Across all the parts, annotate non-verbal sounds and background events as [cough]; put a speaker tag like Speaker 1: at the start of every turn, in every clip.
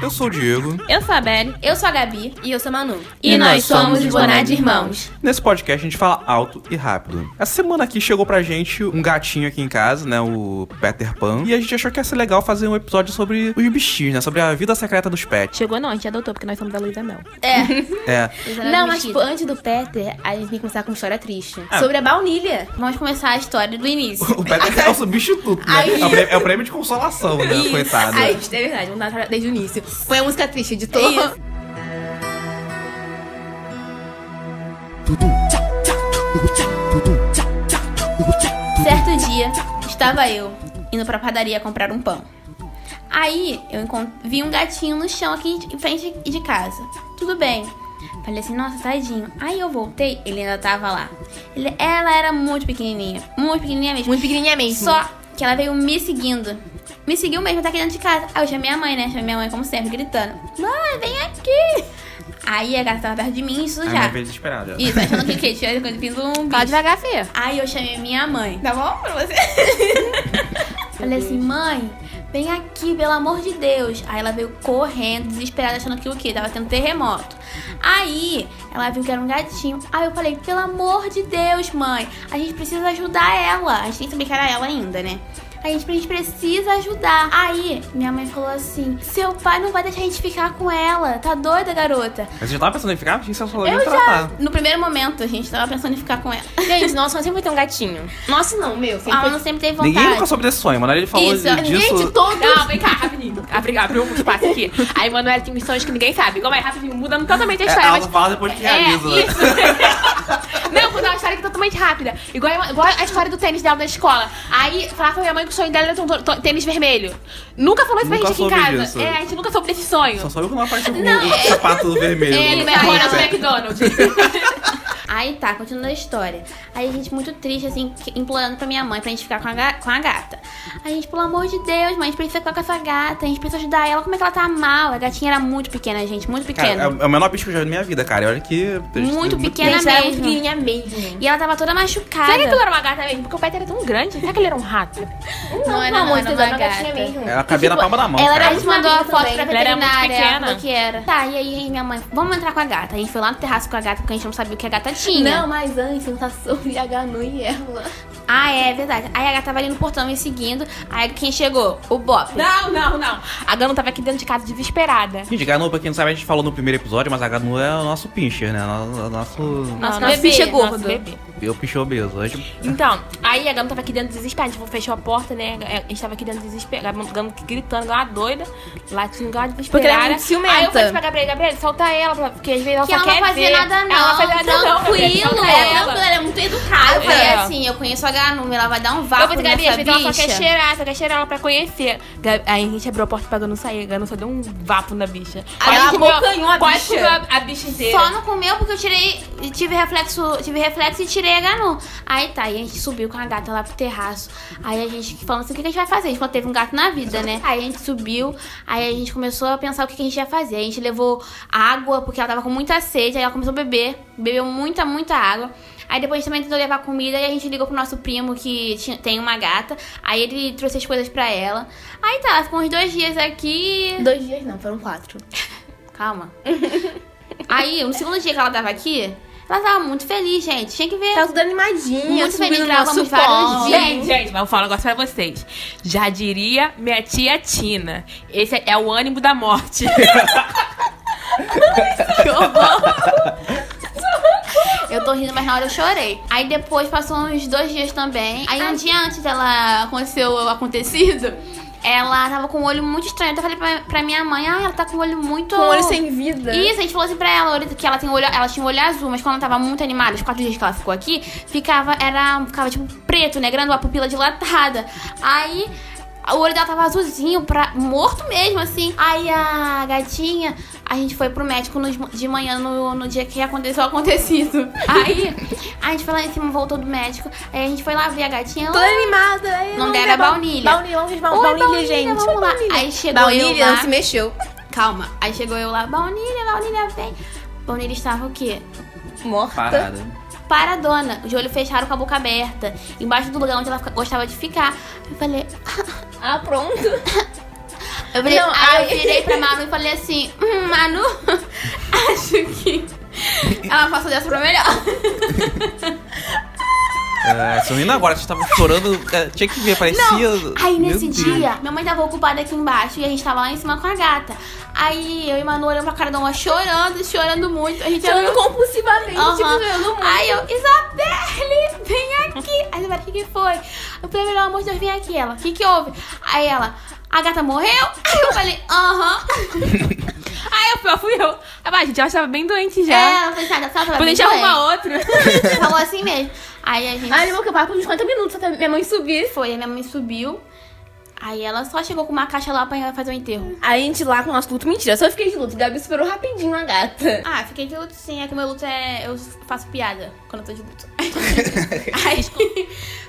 Speaker 1: Eu sou o Diego.
Speaker 2: Eu sou a Belle.
Speaker 3: Eu sou a Gabi.
Speaker 2: E eu sou a Manu.
Speaker 3: E, nós, somos os Boná de Irmãos.
Speaker 1: Nesse podcast a gente fala alto e rápido. Essa semana aqui chegou pra gente um gatinho aqui em casa, né? O Peter Pan. E a gente achou que ia ser legal fazer um episódio sobre os bichinhos, né? Sobre a vida secreta dos pets.
Speaker 2: Chegou não, a gente adotou, porque nós somos da Luísa Mel.
Speaker 3: É.
Speaker 1: É.
Speaker 3: Não, mas tipo, antes do Peter, a gente tem que começar com uma história triste.
Speaker 1: Ah.
Speaker 3: Sobre a baunilha. Vamos começar a história do início. [laughs]
Speaker 1: O Peter é o substituto, né?
Speaker 3: Aí-
Speaker 1: É o prêmio, é o prêmio de consolação, né? Coitado.
Speaker 3: Aí, é verdade, vamos dar a história desde o início. Põe a música triste de todo.
Speaker 2: Isso.
Speaker 3: Certo dia, estava eu indo pra padaria comprar um pão. Aí eu encon- vi um gatinho no chão aqui de- em frente de casa. Tudo bem. Falei assim, nossa, tadinho. Aí eu voltei, ele ainda tava lá. Ele- ela era muito pequenininha. Muito pequenininha mesmo.
Speaker 2: Muito pequenininha mesmo.
Speaker 3: Só que ela veio me seguindo. Me seguiu mesmo, tá aqui dentro de casa. Aí eu chamei a mãe, né? Chamei minha mãe, como sempre, gritando. Mãe, vem aqui! Aí a gata tava perto de mim, isso
Speaker 1: É A
Speaker 3: já.
Speaker 1: minha vez desesperada.
Speaker 3: Isso, achando que o quê? Tinha vindo um bicho.
Speaker 2: Fala devagar, Fê.
Speaker 3: Aí eu chamei minha mãe. Tá bom pra você? Falei assim, mãe, vem aqui, pelo amor de Deus. Aí ela veio correndo, desesperada, achando que o quê? Tava tendo terremoto. Aí ela viu que era um gatinho. Aí eu falei, pelo amor de Deus, mãe, a gente precisa ajudar ela. A gente nem sabia que era ela ainda, né? A gente, a gente precisa ajudar. Aí, minha mãe falou assim: seu pai não vai deixar a gente ficar com ela. Tá doida, garota?
Speaker 1: Mas você já tava pensando em ficar? Achei que você falou em
Speaker 3: Eu já,
Speaker 1: tratar.
Speaker 3: no primeiro momento, a gente tava pensando em ficar com ela.
Speaker 2: Gente, nossa, mas sempre vai ter um gatinho. Ah, Nossa, não, meu. Sempre
Speaker 3: A
Speaker 2: vai
Speaker 3: Ana sempre teve vontade.
Speaker 1: Ninguém nunca soube desse sonho, mano. Ele falou
Speaker 3: Isso,
Speaker 1: de- disso.
Speaker 2: Gente, todos... Não, vem cá, rapidinho. Abre, abre um espaço aqui. Aí, Manuela tem missões que ninguém sabe. Como é? Rapidinho, mudando totalmente a
Speaker 1: É,
Speaker 2: história.
Speaker 1: ela
Speaker 2: mas-
Speaker 1: fala depois que realiza, né?
Speaker 2: É, isso. [laughs] Não, vou dar uma história que é totalmente rápida. Igual, a- igual a história do tênis dela na escola. Aí falava pra minha mãe que o sonho dela era ter um to- to- tênis vermelho. Nunca falou isso pra
Speaker 1: Nunca
Speaker 2: gente aqui em
Speaker 1: soube
Speaker 2: casa.
Speaker 1: disso.
Speaker 2: É, a gente nunca soube desse sonho.
Speaker 1: Só soube quando apareceu com o sapato vermelho.
Speaker 2: É, ele vai
Speaker 3: Aí,
Speaker 2: agora no
Speaker 3: é.
Speaker 2: McDonald's.
Speaker 3: Aí tá, continuando a história. Aí a gente muito triste, assim, que- implorando pra minha mãe pra gente ficar com a, ga- com a gata. A gente, pelo amor de Deus, mãe, a gente precisa ficar com essa gata, a gente precisa ajudar ela. Como é que ela tá mal? A gatinha era muito pequena, gente, muito
Speaker 1: Cara, é,
Speaker 3: pequena.
Speaker 1: o- é o menor bicho que eu já vi na minha vida, cara. Olha que.
Speaker 3: Muito pequena
Speaker 2: Gente, ela era muito
Speaker 3: mesmo.
Speaker 2: pequenininha mesmo.
Speaker 3: E ela tava toda machucada.
Speaker 2: Será que aquilo era uma gata mesmo? Porque o Peter era tão grande. Será que ele era um rato?
Speaker 3: Não,
Speaker 4: Não,
Speaker 3: era,
Speaker 4: não,
Speaker 3: não,
Speaker 4: amor,
Speaker 3: era
Speaker 4: você
Speaker 3: uma
Speaker 4: uma gatinha
Speaker 3: gata.
Speaker 4: mesmo.
Speaker 1: Ela cabia na palma da mão.
Speaker 3: Ela
Speaker 1: cara.
Speaker 3: a gente mandou a
Speaker 4: Ela
Speaker 3: foto pra
Speaker 2: também. Ela era muito
Speaker 3: veterinária, ela
Speaker 2: pequena.
Speaker 3: falou que era. Tá, e aí minha mãe, vamos entrar com a gata. A gente foi lá no terraço com a gata porque a gente não sabia o que a gata tinha.
Speaker 4: Não, mas antes não tá sobre a Ganu e ela.
Speaker 3: Ah, é verdade. Aí a gata tava ali no portão me seguindo. Aí quem chegou? O Bop.
Speaker 2: Não, não, não. A Gano tava aqui dentro de casa desesperada.
Speaker 1: Gente, Ganu, pra quem não sabe, a gente falou no primeiro episódio, mas a Ganu é o nosso pincher, né? O nosso.
Speaker 3: Nosso
Speaker 2: Não,
Speaker 3: bebê é gordo.
Speaker 2: nosso bebê.
Speaker 1: Eu pincher obeso. A gente-
Speaker 2: Então, aí a Gama tava aqui dentro desesperada. A gente fechou a porta, né? A gente tava aqui dentro desesperada. A Gama gritando igual uma doida, latindo igual uma desesperada.
Speaker 4: Porque ela é muito ciumenta.
Speaker 2: Aí eu falei pra Gabriela, Gabriela, solta ela, pra- porque às vezes ela
Speaker 3: Que
Speaker 2: só
Speaker 3: ela
Speaker 2: quer
Speaker 3: não fazia
Speaker 2: ver.
Speaker 3: nada, não.
Speaker 2: Ela não fazia nada, não. Gabriela,
Speaker 3: Tranquilo,
Speaker 2: solta
Speaker 3: é
Speaker 2: ela.
Speaker 3: tranquilo, ela é muito educada. Eu falei
Speaker 2: É.
Speaker 3: assim: eu conheço a Ganumi, ela vai dar um
Speaker 2: Eu
Speaker 3: vácuo
Speaker 2: falei,
Speaker 3: nessa
Speaker 2: Gabi, às vezes ela só quer
Speaker 3: bicha.
Speaker 2: cheirar, só quer cheirar ela pra conhecer. Gabi- Aí a gente abriu a porta pra Gano sair. A Gano só deu um vapo na bicha.
Speaker 3: Ela
Speaker 2: Quase comeu-
Speaker 4: abocanhou a
Speaker 2: quase
Speaker 4: bicha.
Speaker 2: comeu a, a bicha inteira.
Speaker 3: Só não comeu porque eu tirei, tive reflexo, tive reflexo e tirei a Ganu. Aí tá, e a gente subiu com a gata lá pro terraço. Aí a gente falando assim, o que que a gente vai fazer? A gente só teve um gato na vida, né? Aí a gente subiu, aí a gente começou a pensar o que que a gente ia fazer. A gente levou água, porque ela tava com muita sede, aí ela começou a beber, bebeu muita, muita água. Aí depois a gente também tentou levar comida e a gente ligou pro nosso primo que tinha- tem uma gata. Aí ele trouxe as coisas pra ela. Aí tá, ela ficou uns dois dias aqui.
Speaker 4: Dois dias não, foram quatro.
Speaker 3: Calma. Aí, no segundo dia que ela tava aqui, ela tava muito feliz, gente. Tinha que ver.
Speaker 4: Tá tudo animadinha,
Speaker 3: Muito
Speaker 4: subindo
Speaker 3: feliz,
Speaker 4: no nosso
Speaker 3: gravamos
Speaker 4: né?
Speaker 3: vários
Speaker 4: pão.
Speaker 3: dias.
Speaker 2: Gente, gente, mas eu falo um negócio pra vocês. Já diria minha tia Tina. Esse é, é o ânimo da morte. Que horror.
Speaker 3: Eu tô rindo, mas na hora eu chorei. Aí depois passou uns dois dias também. Aí um dia antes dela acontecer o acontecido, ela tava com o olho muito estranho. Então eu falei pra, pra minha mãe, ah, ela tá com o olho muito.
Speaker 4: Com o olho sem vida.
Speaker 3: Isso, a gente falou assim pra ela, olho- que ela, tem olho, ela tinha um olho azul, mas quando ela tava muito animada, os quatro dias que ela ficou aqui, ficava, era, ficava tipo preto, né? Grande, a pupila dilatada. Aí. O olho dela tava azulzinho, pra, morto mesmo, assim. Aí a gatinha, a gente foi pro médico nos- de manhã, no, no dia que aconteceu o [laughs] acontecido. Aí a gente foi lá em cima, voltou do médico. Aí a gente foi lá ver a gatinha.
Speaker 4: Toda animada.
Speaker 3: O
Speaker 4: Aí,
Speaker 3: nome dela
Speaker 4: vamos ver
Speaker 3: era
Speaker 4: a ba-
Speaker 3: baunilha.
Speaker 4: Baunilha, vamos ver ba-
Speaker 3: Oi,
Speaker 4: baunilha,
Speaker 3: baunilha,
Speaker 4: gente.
Speaker 3: vamos lá.
Speaker 4: Baunilha.
Speaker 3: Aí chegou
Speaker 4: Baunilha
Speaker 3: eu lá.
Speaker 4: não se mexeu.
Speaker 3: Calma. Aí chegou eu lá, baunilha, baunilha, vem. Baunilha estava o quê?
Speaker 4: Morta.
Speaker 3: Tá.
Speaker 1: Parada.
Speaker 3: paradona, de olho fechado com a boca aberta, [laughs] embaixo do lugar onde ela fica- gostava de ficar. Eu falei,
Speaker 4: Ah, pronto.
Speaker 3: [laughs] Eu virei,
Speaker 4: Não,
Speaker 3: aí eu
Speaker 4: aí-
Speaker 3: virei pra Manu e falei assim: hum, Manu, [laughs] acho que ela passou dessa pra melhor.
Speaker 1: É, essa menina agora, vocês estavam chorando, é, tinha que ver, parecia...
Speaker 3: Aí nesse
Speaker 1: Meu Deus.
Speaker 3: dia, minha mãe tava ocupada aqui embaixo e a gente tava lá em cima com a gata. Aí eu e Manu olhamos pra cara da uma chorando, chorando muito. A gente
Speaker 4: Chorando
Speaker 3: olhou-
Speaker 4: compulsivamente, tipo,
Speaker 3: Aham.
Speaker 4: chorando muito.
Speaker 3: Aí eu, Isabelle, vem aqui. Aí Isabelle, o que, que foi? Eu falei, pelo amor de Deus, vem aqui. Ela, o que, que houve? Aí ela, a gata morreu? Aí eu falei, aham.
Speaker 2: Aí eu fui- fui eu. Ah, mas a gente já estava bem doente
Speaker 3: É,
Speaker 2: já.
Speaker 3: ela fez nada, sabe? Ela
Speaker 2: Tá. Quando a gente arrumar outro.
Speaker 3: outra. [laughs] Falou assim mesmo. Aí a gente
Speaker 4: Ai, meu, que eu pago por uns 50 minutos até minha mãe subir.
Speaker 3: foi, aí minha mãe subiu. Aí ela só chegou com uma caixa lá pra fazer o enterro.
Speaker 4: Aí a gente lá com o nosso luto, mentira, eu só fiquei de luto. Gabi superou rapidinho a gata.
Speaker 3: Ah, fiquei de luto sim. É que o meu luto é. Eu faço piada quando eu tô de luto. Aí,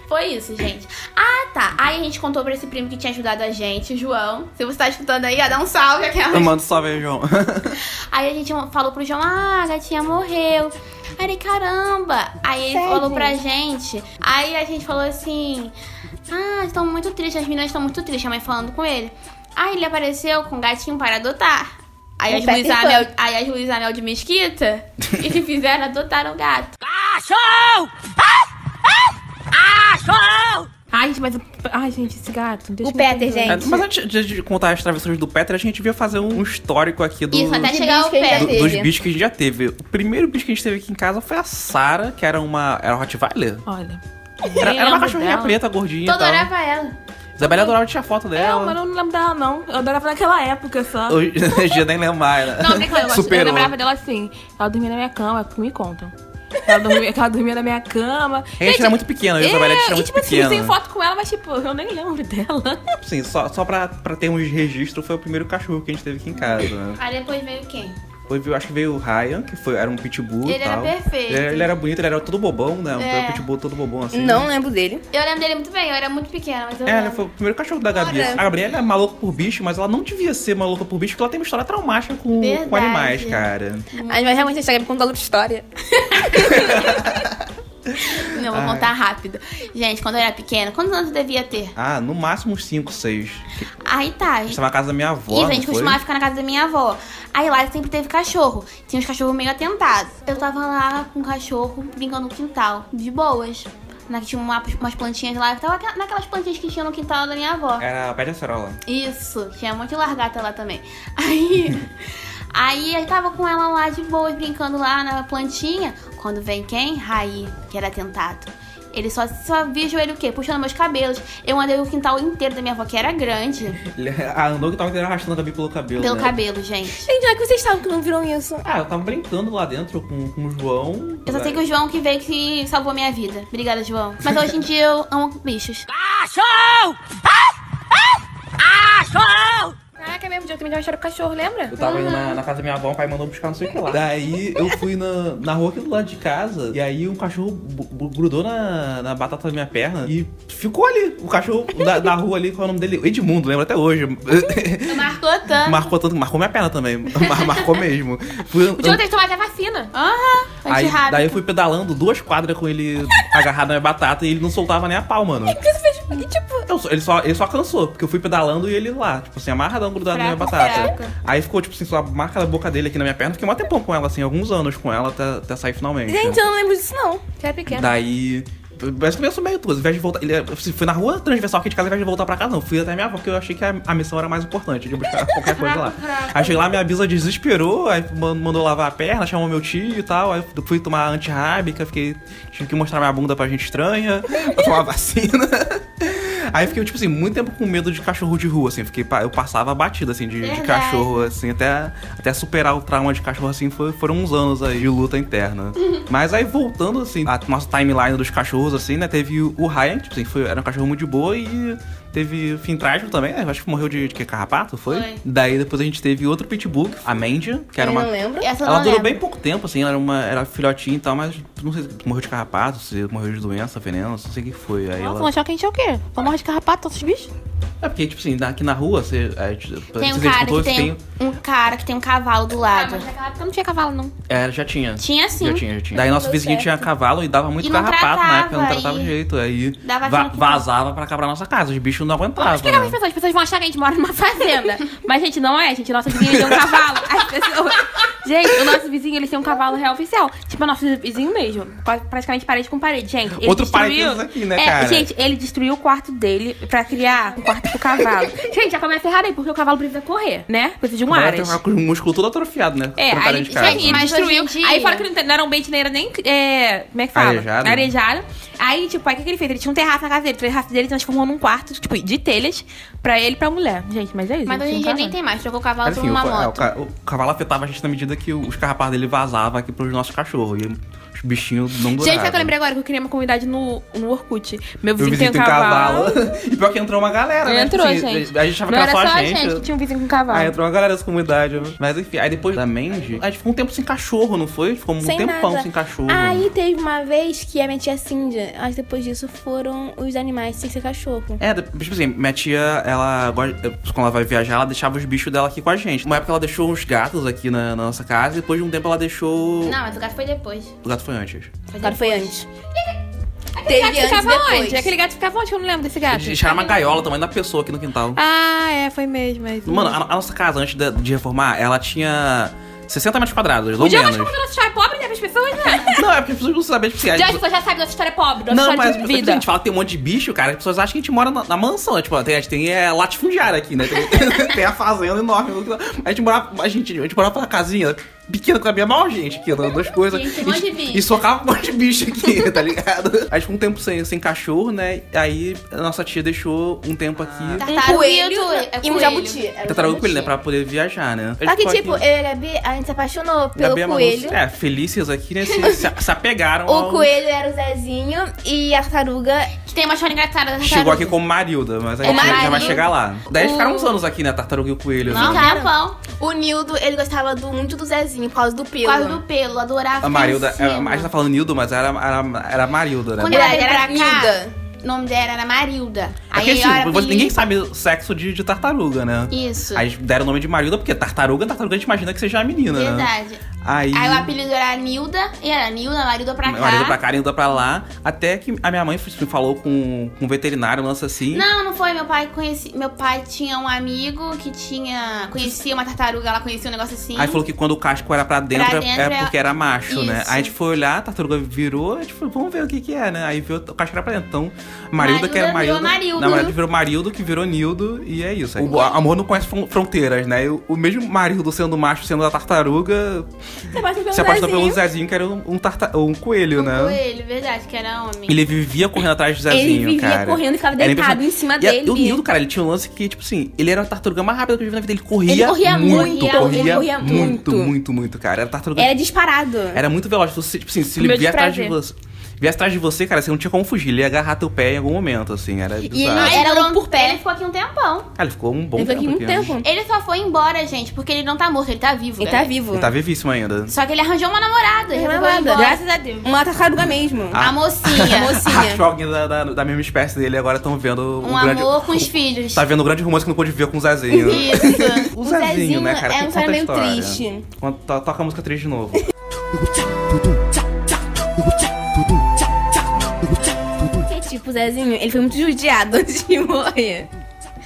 Speaker 3: foi isso, gente. Ah, tá. Aí a gente contou pra esse primo que tinha ajudado a gente, o João. Se você tá escutando aí, ó, dá um salve.
Speaker 1: Eu
Speaker 3: Aquela...
Speaker 1: mando salve aí, João. [laughs]
Speaker 3: Aí a gente falou pro João, ah, a gatinha morreu. Aí ele, caramba. Aí ele
Speaker 4: Sério?
Speaker 3: falou pra gente. Aí a gente falou assim, ah, estão muito tristes, as meninas estão muito tristes. A mãe falando com ele. Aí ele apareceu com um gatinho para adotar. Aí
Speaker 4: Um
Speaker 3: as, Luiz
Speaker 4: Peter Pan.
Speaker 3: Anel, aí as Luiz Anel de Mesquita, e que fizeram adotar o gato.
Speaker 4: [laughs]
Speaker 2: Ai, gente, mas. o- Ai, gente, esse gato. Deus
Speaker 4: O
Speaker 2: me
Speaker 4: Peter,
Speaker 2: perdoe.
Speaker 1: É,
Speaker 4: gente.
Speaker 1: mas antes de, de contar as travessuras do Petra, a gente devia fazer um histórico aqui do,
Speaker 3: Isso, até
Speaker 4: De
Speaker 3: chegar ao
Speaker 4: bicho que
Speaker 3: pé.
Speaker 2: É
Speaker 4: a gente
Speaker 1: do-
Speaker 4: teve.
Speaker 1: dos bichos que a gente já teve. O primeiro bicho que a gente teve aqui em casa foi a Sara, que era uma. Era Rottweiler?
Speaker 2: Olha.
Speaker 1: Era,
Speaker 2: nem
Speaker 1: era é uma
Speaker 2: lembro
Speaker 1: cachorrinha
Speaker 2: dela.
Speaker 1: preta, gordinha.
Speaker 3: Eu
Speaker 1: e tal.
Speaker 3: adorava ela.
Speaker 1: Isabela adorava tirar foto
Speaker 2: É,
Speaker 1: dela.
Speaker 2: mas eu não lembro dela, não. Eu adorava naquela época só.
Speaker 1: Hoje hoje em dia nem lembro mais, né?
Speaker 2: Não, nem que eu, gosto- eu
Speaker 1: Superou.
Speaker 2: lembrava dela assim. Ela dormia na minha cama, é porque me contam. Ela dormia, que ela dormia na minha cama.
Speaker 1: A gente era muito pequena, eu e a Isabela a gente era
Speaker 2: é, e
Speaker 1: muito
Speaker 2: tipo assim, eu
Speaker 1: pequena.
Speaker 2: tenho foto com ela, mas tipo, eu nem lembro dela.
Speaker 1: Sim, só, só pra, pra ter uns registros, foi o primeiro cachorro que a gente teve aqui em casa, né?
Speaker 3: Aí depois veio quem?
Speaker 1: Depois veio- acho que veio o Ryan, que foi, era um pitbull e
Speaker 3: Ele era
Speaker 1: tal.
Speaker 3: perfeito.
Speaker 1: Ele, era- ele era bonito, ele era todo bobão, né? Um
Speaker 3: É.
Speaker 1: pitbull todo bobão assim.
Speaker 4: Não lembro dele.
Speaker 3: Eu lembro dele muito bem, eu era muito pequena, mas eu
Speaker 1: É, ele
Speaker 3: lembro.
Speaker 1: foi o primeiro cachorro da Gabi.
Speaker 4: Ora.
Speaker 1: A Gabriela é maluca por bicho, mas ela não devia ser maluca por bicho, porque ela tem uma história traumática com, com
Speaker 3: Verdade.
Speaker 1: animais, cara.
Speaker 3: Hum.
Speaker 4: Mas realmente a tá Gabi conta outra história.
Speaker 3: Não, vou
Speaker 1: Ai.
Speaker 3: contar rápido. Gente, quando eu era pequena, quantos anos eu devia ter?
Speaker 1: Ah, no máximo uns 5, 6. A
Speaker 3: Aí tá.
Speaker 1: gente tava na casa da minha avó.
Speaker 3: Isso, a gente
Speaker 1: não foi?
Speaker 3: costumava ficar na casa da minha avó. Aí lá sempre teve cachorro. Tinha uns cachorros meio atentados. Eu tava lá com o cachorro brincando no quintal, de boas. Na que tinha uma- umas plantinhas lá. Eu tava aqua- naquelas plantinhas que tinha no quintal da minha avó.
Speaker 1: Era a pé de acerola.
Speaker 3: Isso, tinha um monte de largata lá também. [laughs] Aí, aí eu tava com ela lá de boas, brincando lá na plantinha. Quando vem quem? Raí, que era tentado. Ele só, só via ele o quê? Puxando meus cabelos. Eu andei o quintal inteiro da minha avó, que era grande.
Speaker 1: Ele- A andou que tava inteira arrastando a Gabi pelo cabelo.
Speaker 3: Pelo
Speaker 1: né?
Speaker 3: cabelo, gente.
Speaker 4: Gente, onde é que vocês estavam que não viram isso?
Speaker 1: Ah, eu tava brincando lá dentro com, com o João.
Speaker 3: Eu só sei que o João que veio que salvou a minha vida. Obrigada, João. Mas hoje em dia eu amo bichos.
Speaker 4: Caraca, mesmo dia eu também tava chorando com cachorro, lembra?
Speaker 1: Eu tava indo na, na casa da minha avó, o pai mandou buscar não sei o que lá. Daí eu fui na, na rua aqui do lado de casa, e aí um cachorro bu- bu- grudou na, na batata da minha perna e ficou ali. O cachorro da, da rua ali, qual é o nome dele? Edmundo, lembro até hoje. [laughs]
Speaker 3: Marcou tanto.
Speaker 1: marcou tanto, marcou minha perna também. [laughs] Mar- marcou mesmo. Fui an-
Speaker 2: Podia ter tomado até vacina.
Speaker 3: Aham.
Speaker 1: Aí,
Speaker 3: antirrábico.
Speaker 1: daí eu fui pedalando duas quadras com ele agarrado na minha batata e ele não soltava nem a pau, mano.
Speaker 4: tipo,
Speaker 1: Eu só- ele, só, ele só cansou, porque eu fui pedalando e ele lá, tipo assim, amarradão, grudado na minha
Speaker 3: Fraco,
Speaker 1: batata.
Speaker 3: fraco.
Speaker 1: Aí ficou, tipo assim, só a marca da boca dele aqui na minha perna. Fiquei um tempão com ela, assim, alguns anos com ela até, até sair finalmente.
Speaker 4: Gente, eu não lembro disso, não.
Speaker 2: Já era pequena.
Speaker 1: Daí. Mas também eu sou meio tudo. Ao invés de voltar. Ele, é, assim, fui na rua transversal aqui de casa, ao invés de voltar pra casa, não. Fui até minha avó, porque eu achei que a, a missão era mais importante, de buscar qualquer coisa lá. Aí cheguei lá, minha bisa desesperou, aí man- mandou lavar a perna, chamou meu tio e tal. Aí fui tomar antirrábica, fiquei. Tive que mostrar minha bunda pra gente estranha, pra tomar vacina. [laughs] Aí fiquei, tipo assim, muito tempo com medo de cachorro de rua, assim. Fiquei, pa- eu passava batida, assim, de, de
Speaker 3: Verdade.
Speaker 1: cachorro, assim, até, até superar o trauma de cachorro, assim, foi- foram uns anos aí de luta interna.
Speaker 4: [laughs]
Speaker 1: Mas aí, voltando, assim, a nossa timeline dos cachorros, assim, né, teve o o Ryan, tipo assim, foi, era um cachorro muito de boa e teve fim trágico também, né? Acho que morreu de, de que, carrapato, foi?
Speaker 3: Foi.
Speaker 1: Daí, depois a gente teve outro pitbull, a Mandy, que era
Speaker 4: eu
Speaker 1: uma...
Speaker 4: não lembro.
Speaker 3: Essa eu
Speaker 1: Ela
Speaker 3: não
Speaker 1: durou
Speaker 3: lembro.
Speaker 1: bem pouco tempo, assim, ela era uma era filhotinha e tal, mas não sei se morreu de carrapato, se morreu de doença, veneno, não sei o que foi. Aí
Speaker 2: Nossa,
Speaker 1: ela...
Speaker 2: vão achar que a gente é o quê? Vamos morrer de carrapato, todos os bichos?
Speaker 1: É porque, tipo assim, na- aqui na rua, você. É, tipo,
Speaker 4: Tem um
Speaker 1: vocês
Speaker 4: cara que
Speaker 1: escutou,
Speaker 4: tem um cara que tem um cavalo do
Speaker 3: Ah,
Speaker 4: lado.
Speaker 3: mas naquela época
Speaker 4: Eu não tinha cavalo, não.
Speaker 1: É, já tinha.
Speaker 4: Tinha sim.
Speaker 1: Já tinha, já tinha. Daí nosso
Speaker 2: Deu
Speaker 1: vizinho tinha
Speaker 2: certo.
Speaker 1: cavalo e dava muito
Speaker 4: E não
Speaker 1: carrapato na época, não
Speaker 4: tratava,
Speaker 1: tratava
Speaker 4: e-
Speaker 1: jeito. Aí
Speaker 4: Dava
Speaker 1: va-
Speaker 4: aquilo que-
Speaker 1: vazava pra cá pra nossa casa, os bichos não aguentavam.
Speaker 4: Explica pra
Speaker 1: né?
Speaker 4: pessoas, as pessoas vão achar que a gente mora
Speaker 1: [laughs]
Speaker 4: numa fazenda. Mas, gente, não é, gente. O nosso vizinho ele tem um cavalo. As pessoas. Gente, o nosso vizinho ele tem um cavalo real oficial. Tipo, o nosso vizinho mesmo. Qua- Praticamente parede com parede, gente. Ele
Speaker 1: Outro
Speaker 4: destruiu...
Speaker 1: parênteses aqui, né,
Speaker 4: é,
Speaker 1: cara?
Speaker 4: Gente, ele destruiu o quarto dele pra criar um quarto
Speaker 1: [laughs]
Speaker 4: pro cavalo. gente, já começa errado aí, porque o cavalo precisa correr, né? Precisa de um
Speaker 1: Agora
Speaker 4: ar.
Speaker 1: tem com o músculo todo atrofiado, né?
Speaker 4: É,
Speaker 1: Trocaram
Speaker 4: aí,
Speaker 1: de casa.
Speaker 4: gente, ele
Speaker 3: Mas hoje
Speaker 4: destruiu.
Speaker 3: em dia-
Speaker 4: Aí fora que não, te- não era um bait, nem era nem. é, como é que fala?
Speaker 1: Arejado. né?
Speaker 4: Arejado. Aí, tipo, aí o que, que ele fez? Ele tinha um terraço na casa dele. O terraço dele transformou num quarto, tipo, de telhas pra ele e pra mulher. Gente, mas é isso.
Speaker 3: Mas
Speaker 4: não
Speaker 3: hoje em dia
Speaker 4: tinha
Speaker 3: nem
Speaker 4: nada.
Speaker 3: tem mais, trocou o um cavalo
Speaker 1: Mas,
Speaker 3: por
Speaker 1: enfim, o,
Speaker 3: uma
Speaker 1: ca- é o
Speaker 3: moto.
Speaker 1: ca- o cavalo afetava a gente na medida que os carrapatos dele vazavam aqui pros nossos cachorros. E os bichinhos não duravam.
Speaker 4: Gente, sabe o que eu lembrei agora que eu criei uma comunidade no, no Orkut.
Speaker 1: Meu
Speaker 4: Meu vizinho,
Speaker 1: vizinho
Speaker 4: tem um cavalo.
Speaker 1: [laughs] E pior que entrou uma galera, né?
Speaker 4: Entrou,
Speaker 1: Tipo assim,
Speaker 4: gente.
Speaker 1: A gente Ah, achava
Speaker 4: Não
Speaker 1: que era
Speaker 4: era só
Speaker 1: a
Speaker 4: a gente que tinha um vizinho com cavalo.
Speaker 1: Aí entrou uma galera dessa comunidade. né? Mas enfim, aí depois da Mandy, a gente ficou um tempo sem cachorro, não foi? Ficou um
Speaker 2: Sem
Speaker 1: tempão
Speaker 2: nada.
Speaker 1: sem cachorro.
Speaker 4: Ah,
Speaker 2: Aí teve uma vez que a minha tia Cindy, mas depois disso foram os animais sem ser cachorro.
Speaker 1: É, tipo assim, minha tia, ela gosta- quando ela vai viajar, ela deixava os bichos dela aqui com a gente. Uma época ela deixou uns gatos aqui na, na nossa casa, e depois de um tempo ela deixou.
Speaker 3: Não, mas o gato foi depois.
Speaker 1: O gato foi antes.
Speaker 4: Tá
Speaker 2: Claro, foi antes.
Speaker 4: Aquele
Speaker 2: Teve
Speaker 4: gato
Speaker 2: antes
Speaker 4: ficava
Speaker 2: depois.
Speaker 4: onde? Aquele gato ficava onde? Que Eu não lembro desse
Speaker 1: A
Speaker 4: gato.
Speaker 1: gente achava uma gaiola também da pessoa aqui no quintal.
Speaker 4: Ah, é, foi mesmo. É isso.
Speaker 1: Mano, a, a nossa casa, antes de, de reformar, ela tinha 60 metros quadrados, ou
Speaker 4: Podia
Speaker 1: menos.
Speaker 4: mais como que nossa história é pobre, né? As
Speaker 1: [laughs]
Speaker 4: pessoas, né?
Speaker 1: Não, é porque as pessoas não sabem, tipo, assim,
Speaker 4: Já
Speaker 1: a-
Speaker 4: as pessoas já sabem nossa história é pobre, nossa
Speaker 1: Não, mas
Speaker 4: história
Speaker 1: tipo,
Speaker 4: de
Speaker 1: assim,
Speaker 4: vida.
Speaker 1: a gente fala que tem um monte de bicho, cara, as pessoas acham que a gente mora na, na mansão, né? Tipo, tem, a gente tem é, latifundiária aqui, né? Tem, [laughs] tem a fazenda enorme. A gente morava, a gente, a gente morava numa casinha pequena com a minha maior gente aqui, né? duas coisas.
Speaker 3: E tem um monte de
Speaker 1: E-
Speaker 3: bicho.
Speaker 1: E socava um monte de bicho aqui, [laughs] tá ligado? A gente ficou um tempo sem, sem cachorro, né? Aí a nossa tia deixou um tempo aqui.
Speaker 4: Ah, tá.
Speaker 3: Tartaruga e o- é
Speaker 2: e um
Speaker 3: coelho.
Speaker 2: jabuti. Era um
Speaker 1: Tartaruga com ele, né?
Speaker 2: jabuti.
Speaker 1: Pra poder viajar, né?
Speaker 2: Só que, tipo, eu e a Gabi, a gente se apaixonou pelo coelho.
Speaker 1: É, felícias aqui, né? Se, se, se apegaram
Speaker 2: O
Speaker 1: ao-
Speaker 2: coelho era o Zezinho e a tartaruga.
Speaker 3: Que tem uma história engraçada da
Speaker 1: Chegou
Speaker 3: tartaruga.
Speaker 1: aqui como Marilda, mas a
Speaker 2: O
Speaker 1: gente já vai
Speaker 2: Marilda.
Speaker 1: chegar lá. Daí eles
Speaker 2: O-
Speaker 1: ficaram uns anos aqui, né? Tartaruga e o Coelho.
Speaker 3: Não,
Speaker 1: né?
Speaker 3: tá bom.
Speaker 2: O Nildo, ele gostava do, muito do Zezinho por causa do pelo.
Speaker 3: Por causa do pelo, adorava.
Speaker 1: A Marilda,
Speaker 3: ficar em
Speaker 1: a
Speaker 3: cima.
Speaker 1: gente tá falando Nildo, mas era, era, era Marilda, né?
Speaker 3: Quando
Speaker 2: Era-
Speaker 3: ela veio
Speaker 2: era
Speaker 3: pra cá,
Speaker 2: miúda.
Speaker 3: o nome dela era Marilda.
Speaker 1: É
Speaker 3: Aí
Speaker 1: porque, assim,
Speaker 3: eu era
Speaker 1: você- ninguém
Speaker 3: apelido-
Speaker 1: sabe o sexo de, de tartaruga, né?
Speaker 3: Isso.
Speaker 1: Aí eles deram o nome de Marilda, porque tartaruga, tartaruga a gente imagina que seja a menina, né?
Speaker 3: Verdade.
Speaker 1: Aí,
Speaker 3: Aí o apelido era Nilda, e era Nilda, Marilda pra cá.
Speaker 1: Marilda pra cá, Nilda pra lá. Até que a minha mãe f- falou com, com um veterinário, um lance assim.
Speaker 3: Não, não foi. Meu pai conheci... Meu pai tinha um amigo que tinha. Conhecia uma tartaruga, ela conhecia um negócio assim.
Speaker 1: Aí falou que quando o casco era pra dentro,
Speaker 3: Pra
Speaker 1: é-
Speaker 3: dentro
Speaker 1: é
Speaker 3: é-
Speaker 1: porque era macho, né?
Speaker 3: Isso.
Speaker 1: Aí a gente foi olhar, a tartaruga virou, a gente falou, vamos ver o que que é, né? Aí viu, o casco era pra dentro. Então, Marilda que era Marilda.
Speaker 3: Marilda virou Marildo.
Speaker 1: Na verdade, virou Marildo, que virou Nildo, e é isso. O a- amor não conhece fron- fronteiras, né? E O, o mesmo Marildo sendo macho, sendo a tartaruga,
Speaker 2: Se apaixonou pelo
Speaker 1: se apaixonou pelo
Speaker 2: Zezinho.
Speaker 1: Zezinho, que era um, um, tarta- um coelho, né?
Speaker 3: Coelho, verdade, que era homem.
Speaker 1: Ele vivia correndo atrás do Zezinho,
Speaker 2: Ele vivia
Speaker 1: cara.
Speaker 2: correndo e ficava
Speaker 1: Era
Speaker 2: deitado
Speaker 1: impressionante.
Speaker 2: em cima
Speaker 1: E a-
Speaker 2: dele.
Speaker 1: E o Nildo, cara, ele tinha um lance que, tipo assim, ele era a tartaruga mais rápida que eu já vi na vida. Ele corria,
Speaker 2: Ele corria
Speaker 1: muito,
Speaker 2: muito,
Speaker 1: corria,
Speaker 2: ele corria
Speaker 1: muito, muito,
Speaker 2: muito.
Speaker 1: muito, cara. Era a tartaruga.
Speaker 2: Era disparado.
Speaker 1: Era muito veloz. Você, tipo assim, se ele
Speaker 2: Comeu de
Speaker 1: vier atrás de
Speaker 2: prazer.
Speaker 1: você. Viesse atrás de você, cara, você não tinha como fugir. Ele ia agarrar teu pé em algum momento, assim. Era
Speaker 2: ele
Speaker 1: bizarro.
Speaker 2: não-
Speaker 3: Aí
Speaker 2: era
Speaker 3: durou-
Speaker 2: louco por pé.
Speaker 3: Ele ficou aqui um tempão.
Speaker 1: Cara, ele ficou um bom
Speaker 2: Ele ficou aqui
Speaker 1: tempo
Speaker 2: muito
Speaker 1: aqui, né?
Speaker 2: tempo.
Speaker 3: Ele só foi embora, gente, porque ele não tá morto, ele tá vivo.
Speaker 2: Ele tá
Speaker 3: galera.
Speaker 2: vivo.
Speaker 1: Ele tá vivíssimo ainda.
Speaker 3: Só que ele arranjou uma namorada. Ele
Speaker 2: Não é
Speaker 3: foi
Speaker 2: nada.
Speaker 3: embora.
Speaker 2: Graças a Deus. Uma tartaruga mesmo.
Speaker 1: Ah.
Speaker 3: A mocinha.
Speaker 2: A mocinha.
Speaker 1: [laughs] A Frog da, da, da mesma espécie dele agora estão vendo
Speaker 3: Um
Speaker 1: o grande.
Speaker 3: amor com os filhos.
Speaker 1: Tá vendo o grande romance que não pôde ver com o Zezinho.
Speaker 3: Isso.
Speaker 1: [laughs] O Zezinho,
Speaker 2: Zezinho
Speaker 1: né, cara?
Speaker 2: é um
Speaker 1: Tem que
Speaker 2: cara
Speaker 1: contar a
Speaker 2: meio
Speaker 1: história.
Speaker 2: triste.
Speaker 1: Quando to- toca a música triste
Speaker 2: [laughs]
Speaker 1: de novo.
Speaker 2: [laughs] Porque, tipo, o Zezinho, ele foi muito judiado [laughs] antes de morrer.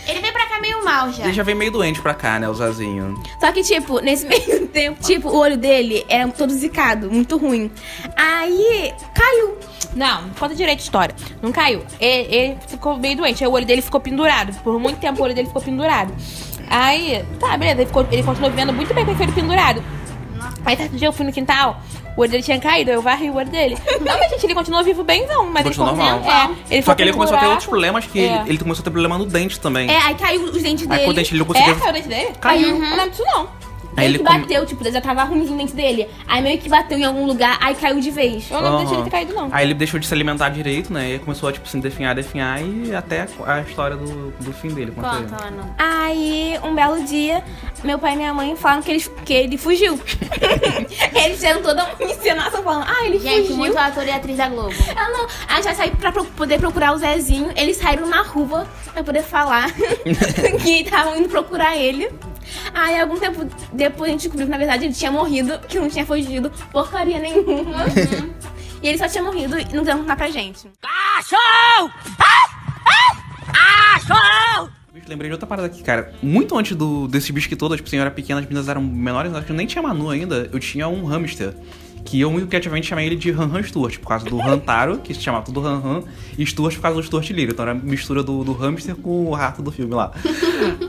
Speaker 3: Ele veio pra cá meio mal já.
Speaker 1: Ele já vem meio doente pra cá, né, o Zezinho.
Speaker 2: Só que, tipo, nesse [laughs] meio tempo, tipo, o olho dele era todo zicado, muito ruim. Aí, caiu. Não, conta direito a história. Não caiu. Ele, ele ficou meio doente. Aí o olho dele ficou pendurado. Por muito tempo o olho dele ficou pendurado. Aí, tá, beleza. Ele, ficou- ele continuou vivendo muito bem com aquele pendurado. Aí certo dia eu fui no quintal, o olho dele tinha caído, eu varri o olho dele. Não, mas gente, ele continuou vivo bem, não. Mas
Speaker 1: Continua
Speaker 2: ele continuou-
Speaker 1: normal.
Speaker 2: É, ele
Speaker 1: Só
Speaker 2: foi
Speaker 1: que ele
Speaker 2: pro
Speaker 1: começou a ter
Speaker 2: buraco.
Speaker 1: outros problemas que
Speaker 2: É.
Speaker 1: ele, ele começou a ter problema no dente também.
Speaker 2: É, aí caiu os dentes
Speaker 1: Aí
Speaker 2: dele.
Speaker 1: quando o dente ele não conseguia-
Speaker 2: É, caiu o dente dele?
Speaker 1: Caiu.
Speaker 2: Não lembro disso, não.
Speaker 1: Aí
Speaker 4: meio
Speaker 1: ele
Speaker 4: que
Speaker 1: come-
Speaker 4: bateu, tipo, já tava ruimzinho o dente dele. Aí meio que bateu em algum lugar, aí caiu de vez. Eu não
Speaker 1: Aham.
Speaker 4: deixei ele ter caído, não.
Speaker 1: Aí ele deixou de se alimentar direito, né? E começou a, tipo, se definhar, definhar e até a, a história do, do fim dele. conta aí.
Speaker 3: Conta, Ana.
Speaker 4: Aí, um belo dia, meu pai e minha mãe falaram que ele, que ele fugiu. [laughs] Eles fizeram toda uma encenação falando, ah, ele
Speaker 3: Gente,
Speaker 4: fugiu.
Speaker 3: muito ator e atriz da Globo.
Speaker 4: Ah, não. Aí já saí pra pro- poder procurar o Zezinho. Eles saíram na rua pra poder falar [laughs] que estavam indo procurar ele. Aí, algum tempo depois, a gente descobriu que, na verdade, ele tinha morrido, que não tinha fugido porcaria nenhuma.
Speaker 3: Uhum.
Speaker 4: e ele só tinha morrido e não quiseram contar pra gente.
Speaker 3: Ah!
Speaker 1: Bicho, Lembrei de outra parada aqui, cara. Muito antes do, desse bicho que todo, tipo, assim, eu era pequena, as meninas eram menores, acho que nem tinha Manu ainda, eu tinha um hamster. Que eu muito criativamente chamei ele de Han Han Stuart, por causa do Hantaro, que se chamava tudo Han Han, e Stuart por causa do Stuart Little. Então era a mistura do, do hamster com o rato do filme lá.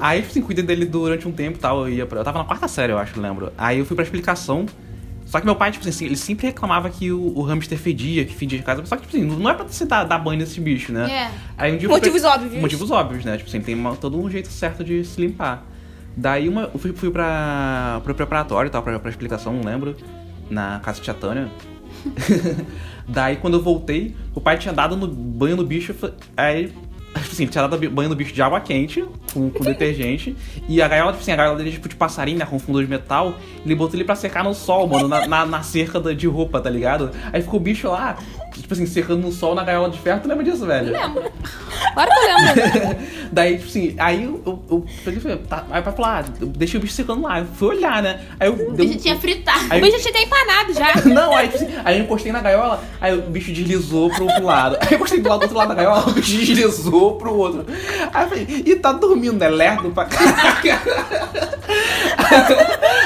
Speaker 1: Aí, tipo assim, cuidei dele durante um tempo e tal. Eu, ia pra, eu tava na quarta série, eu acho, lembro. Aí eu fui pra explicação. Só que meu pai, tipo assim, ele sempre reclamava que o, o hamster fedia, que fedia de casa. Só que, tipo assim, não é pra você dar, dar banho nesse bicho, né?
Speaker 3: É.
Speaker 1: Aí um dia eu fui
Speaker 4: Motivos
Speaker 1: pra-
Speaker 4: óbvios.
Speaker 1: Motivos óbvios, né? Tipo assim, tem uma- todo um jeito certo de se limpar. Daí uma, eu fui, fui pra, pro preparatório e tal, pra, pra explicação, não lembro. Na casa de tia Tânia. [laughs] Daí quando eu voltei, o pai tinha dado no banho no bicho. eu fa- Aí. Tipo assim, ele tinha dado banho no bicho de água quente, com, com detergente. E a gaiola, tipo assim, a gaiola dele é tipo de passarinho, né? Com fundo de metal. Ele botou ele pra secar no sol, mano, na, na, na cerca da- de roupa, tá ligado? Aí ficou o bicho lá, tipo assim, secando no sol na gaiola de ferro. Tu lembra disso, velho?
Speaker 4: Agora que eu
Speaker 2: [laughs]
Speaker 4: lembro.
Speaker 1: [laughs] Daí, tipo assim, aí eu, eu, eu peguei e falei, tá, aí o pai falou, ah, eu deixei o bicho secando lá. Eu fui olhar, né? Aí eu.
Speaker 3: O bicho tinha fritado.
Speaker 1: Aí-
Speaker 4: O bicho tinha até empanado já.
Speaker 1: Não, aí, tipo assim, aí eu encostei na gaiola, aí o bicho deslizou pro outro lado. Aí eu encostei do lado do outro lado da gaiola, o bicho deslizou pro outro. Aí eu falei, e tá dormindo, né? Lerdo pra [laughs] caraca.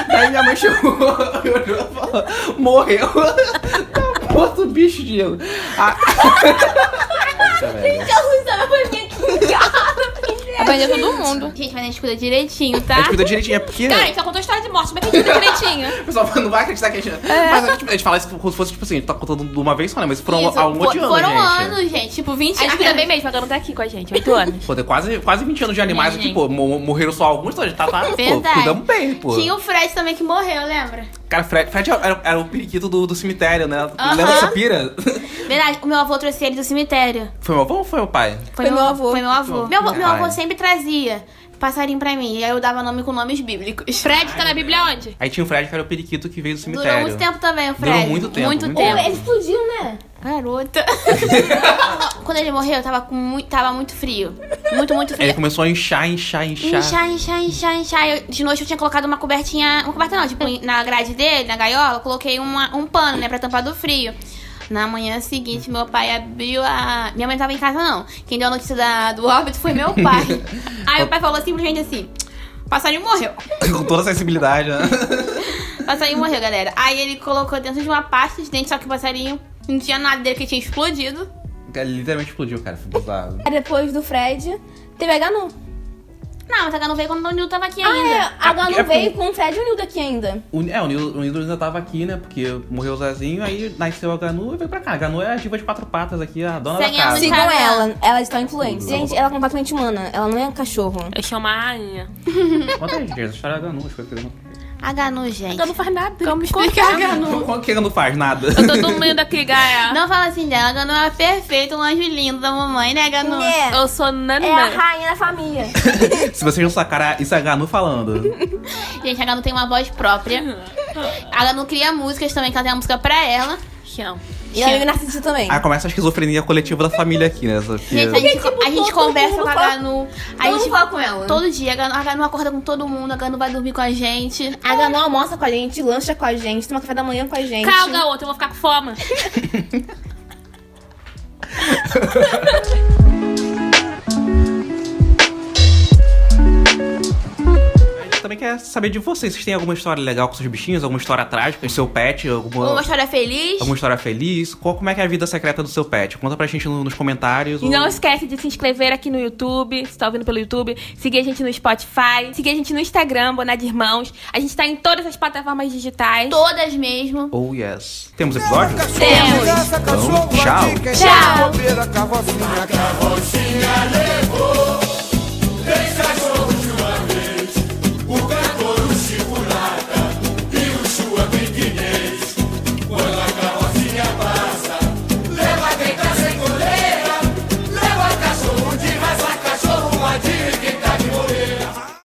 Speaker 1: Aí minha mãe chegou e olhou e falou, morreu. [laughs] Tá morto o bicho, Diego. Ah. Nossa, velho.
Speaker 4: Aprendeu todo mundo.
Speaker 3: Gente, mas a gente cuida direitinho,
Speaker 1: A
Speaker 3: tá?
Speaker 1: gente cuida direitinho, é porque...
Speaker 3: Ah,
Speaker 4: Cara,
Speaker 3: então
Speaker 4: ele só contou história de morte, como é que a gente viu direitinho?
Speaker 1: O pessoal [laughs] não vai acreditar que a gente.
Speaker 3: É.
Speaker 1: Mas tipo, a gente fala isso como se fosse, tipo assim, a gente tá contando de uma vez só, né? Mas foram
Speaker 3: Isso,
Speaker 1: há um monte de
Speaker 3: fo-
Speaker 1: anos.
Speaker 3: Foram
Speaker 1: gente.
Speaker 3: anos, gente. Tipo, 20
Speaker 2: A gente cuida bem mesmo, a Gama tá aqui com a gente, oito anos.
Speaker 1: Pô, tem quase, quase 20 anos de animais aqui, pô. mo- Morreram só alguns, então a gente tá, tá pô,
Speaker 3: Verdade.
Speaker 1: cuidamos bem, pô.
Speaker 3: Tinha um- o Fred também que morreu, lembra?
Speaker 1: Cara, Fred, Fred era, era o periquito do, do cemitério, né? Lembra dessa pira? [laughs]
Speaker 3: Verdade, o meu avô trouxe ele do cemitério.
Speaker 1: Foi meu avô ou foi meu pai?
Speaker 4: Foi meu avô.
Speaker 3: Foi meu avô. Meu, avô- meu
Speaker 1: Ai.
Speaker 3: avô sempre trazia passarinho pra mim. E aí eu dava nome com nomes bíblicos.
Speaker 2: Fred tá na Bíblia onde?
Speaker 1: Aí tinha o Fred, que era o periquito que veio do
Speaker 3: Durou
Speaker 1: cemitério.
Speaker 3: muito tempo também, o Fred.
Speaker 1: Durou muito tempo,
Speaker 3: Muito,
Speaker 1: muito
Speaker 3: tempo.
Speaker 1: tempo.
Speaker 4: Ele explodiu, né?
Speaker 3: [laughs] Garota. Quando ele morreu, eu tava, com muito, tava muito frio. Muito, muito
Speaker 1: Aí Ele
Speaker 3: frio.
Speaker 1: começou a inchar, inchar, inchar.
Speaker 3: Inchar, inchar, inchar, inchar. Eu- de noite eu tinha colocado uma cobertinha. Uma coberta não, tipo, na grade dele, na gaiola, eu coloquei uma- um pano, né, pra tampar do frio. Na manhã seguinte, meu pai abriu a. Minha mãe não tava em casa, não. Quem deu a notícia da- do óbito foi meu pai. Aí meu pai falou simplesmente assim: passarinho morreu.
Speaker 1: [laughs] Com toda a sensibilidade, né? [laughs]
Speaker 3: Passarinho morreu, galera. Aí ele colocou dentro de uma pasta de dente, só que o passarinho não tinha nada dele que tinha explodido.
Speaker 1: Ele Literalmente explodiu, cara. Foi bizarro.
Speaker 4: Aí depois do Fred, teve a Ganu.
Speaker 3: Não, mas a Gá não veio quando o Nil tava aqui
Speaker 4: Ah,
Speaker 3: ainda.
Speaker 4: é, a Ganu
Speaker 1: É,
Speaker 4: veio com o Fred e o Nildo aqui ainda.
Speaker 1: O, é, o Nildo, o Nildo ainda tava aqui, né? Porque morreu o Zezinho, aí nasceu a Ganu e veio pra cá. A Ganu é a diva de quatro patas aqui, a dona
Speaker 3: Sem
Speaker 1: da casa.
Speaker 3: anos de-
Speaker 4: Ah. Sigam
Speaker 3: Cara.
Speaker 4: ela, ela está influente.
Speaker 1: Tudo.
Speaker 4: Gente, ela é completamente humana, ela não é um cachorro.
Speaker 2: Eu chamo a Aninha.
Speaker 1: Conta aí, gente, a história da Ganu. acho que foi pergunta.
Speaker 3: A Ganu, gente.
Speaker 2: Ela não faz nada. Como
Speaker 3: explicar, Ganu?
Speaker 1: Como que a Ganu faz? Nada.
Speaker 2: Eu tô dormindo aqui, Gaia.
Speaker 3: Não fala assim dela, a Ganu é perfeita, um anjo lindo da mamãe, né, Ganu?
Speaker 4: É,
Speaker 2: Eu sou Nana.
Speaker 4: é a rainha da família.
Speaker 1: [laughs] Se vocês não sacaram, isso é a Ganu falando.
Speaker 3: Gente, a Ganu tem uma voz própria. A Ganu cria músicas também, que ela tem uma música pra ela.
Speaker 2: Chão.
Speaker 4: E ela é narcisista também.
Speaker 1: Aí começa a esquizofrenia coletiva da família aqui, né? Essa que-
Speaker 3: Gente, a gente,
Speaker 4: tipo,
Speaker 3: a gente
Speaker 4: todo
Speaker 3: conversa
Speaker 4: mundo
Speaker 3: com a
Speaker 4: fala-
Speaker 3: Ganu. A
Speaker 4: todo mundo
Speaker 3: gente
Speaker 4: fala com ela.
Speaker 3: Todo dia, a Ganu, a Ganu acorda com todo mundo, a Ganu vai dormir com a gente.
Speaker 4: A Ganu almoça com a gente, lancha com a gente, toma café da manhã com a gente.
Speaker 2: Calga outra, eu vou ficar com fome.
Speaker 1: A gente também quer saber de vocês. Vocês têm alguma história legal com seus bichinhos? Alguma história trágica? Seu pet?
Speaker 3: Uma
Speaker 1: Alguma,
Speaker 3: história feliz.
Speaker 1: alguma história feliz? Qual, como é que é a vida secreta do seu pet? Conta pra gente no- nos comentários.
Speaker 2: E
Speaker 1: ou-
Speaker 2: não esquece de se inscrever aqui no YouTube, se tá ouvindo pelo YouTube, seguir a gente no Spotify, seguir a gente no Instagram, Boná de Irmãos. A gente tá em todas as plataformas digitais.
Speaker 3: Todas mesmo.
Speaker 1: Oh, yes. Temos episódio?
Speaker 2: Temos.
Speaker 5: Temos.
Speaker 1: Então, tchau.
Speaker 5: Tchau. Bobeira, carrocinha, carrocinha, lê,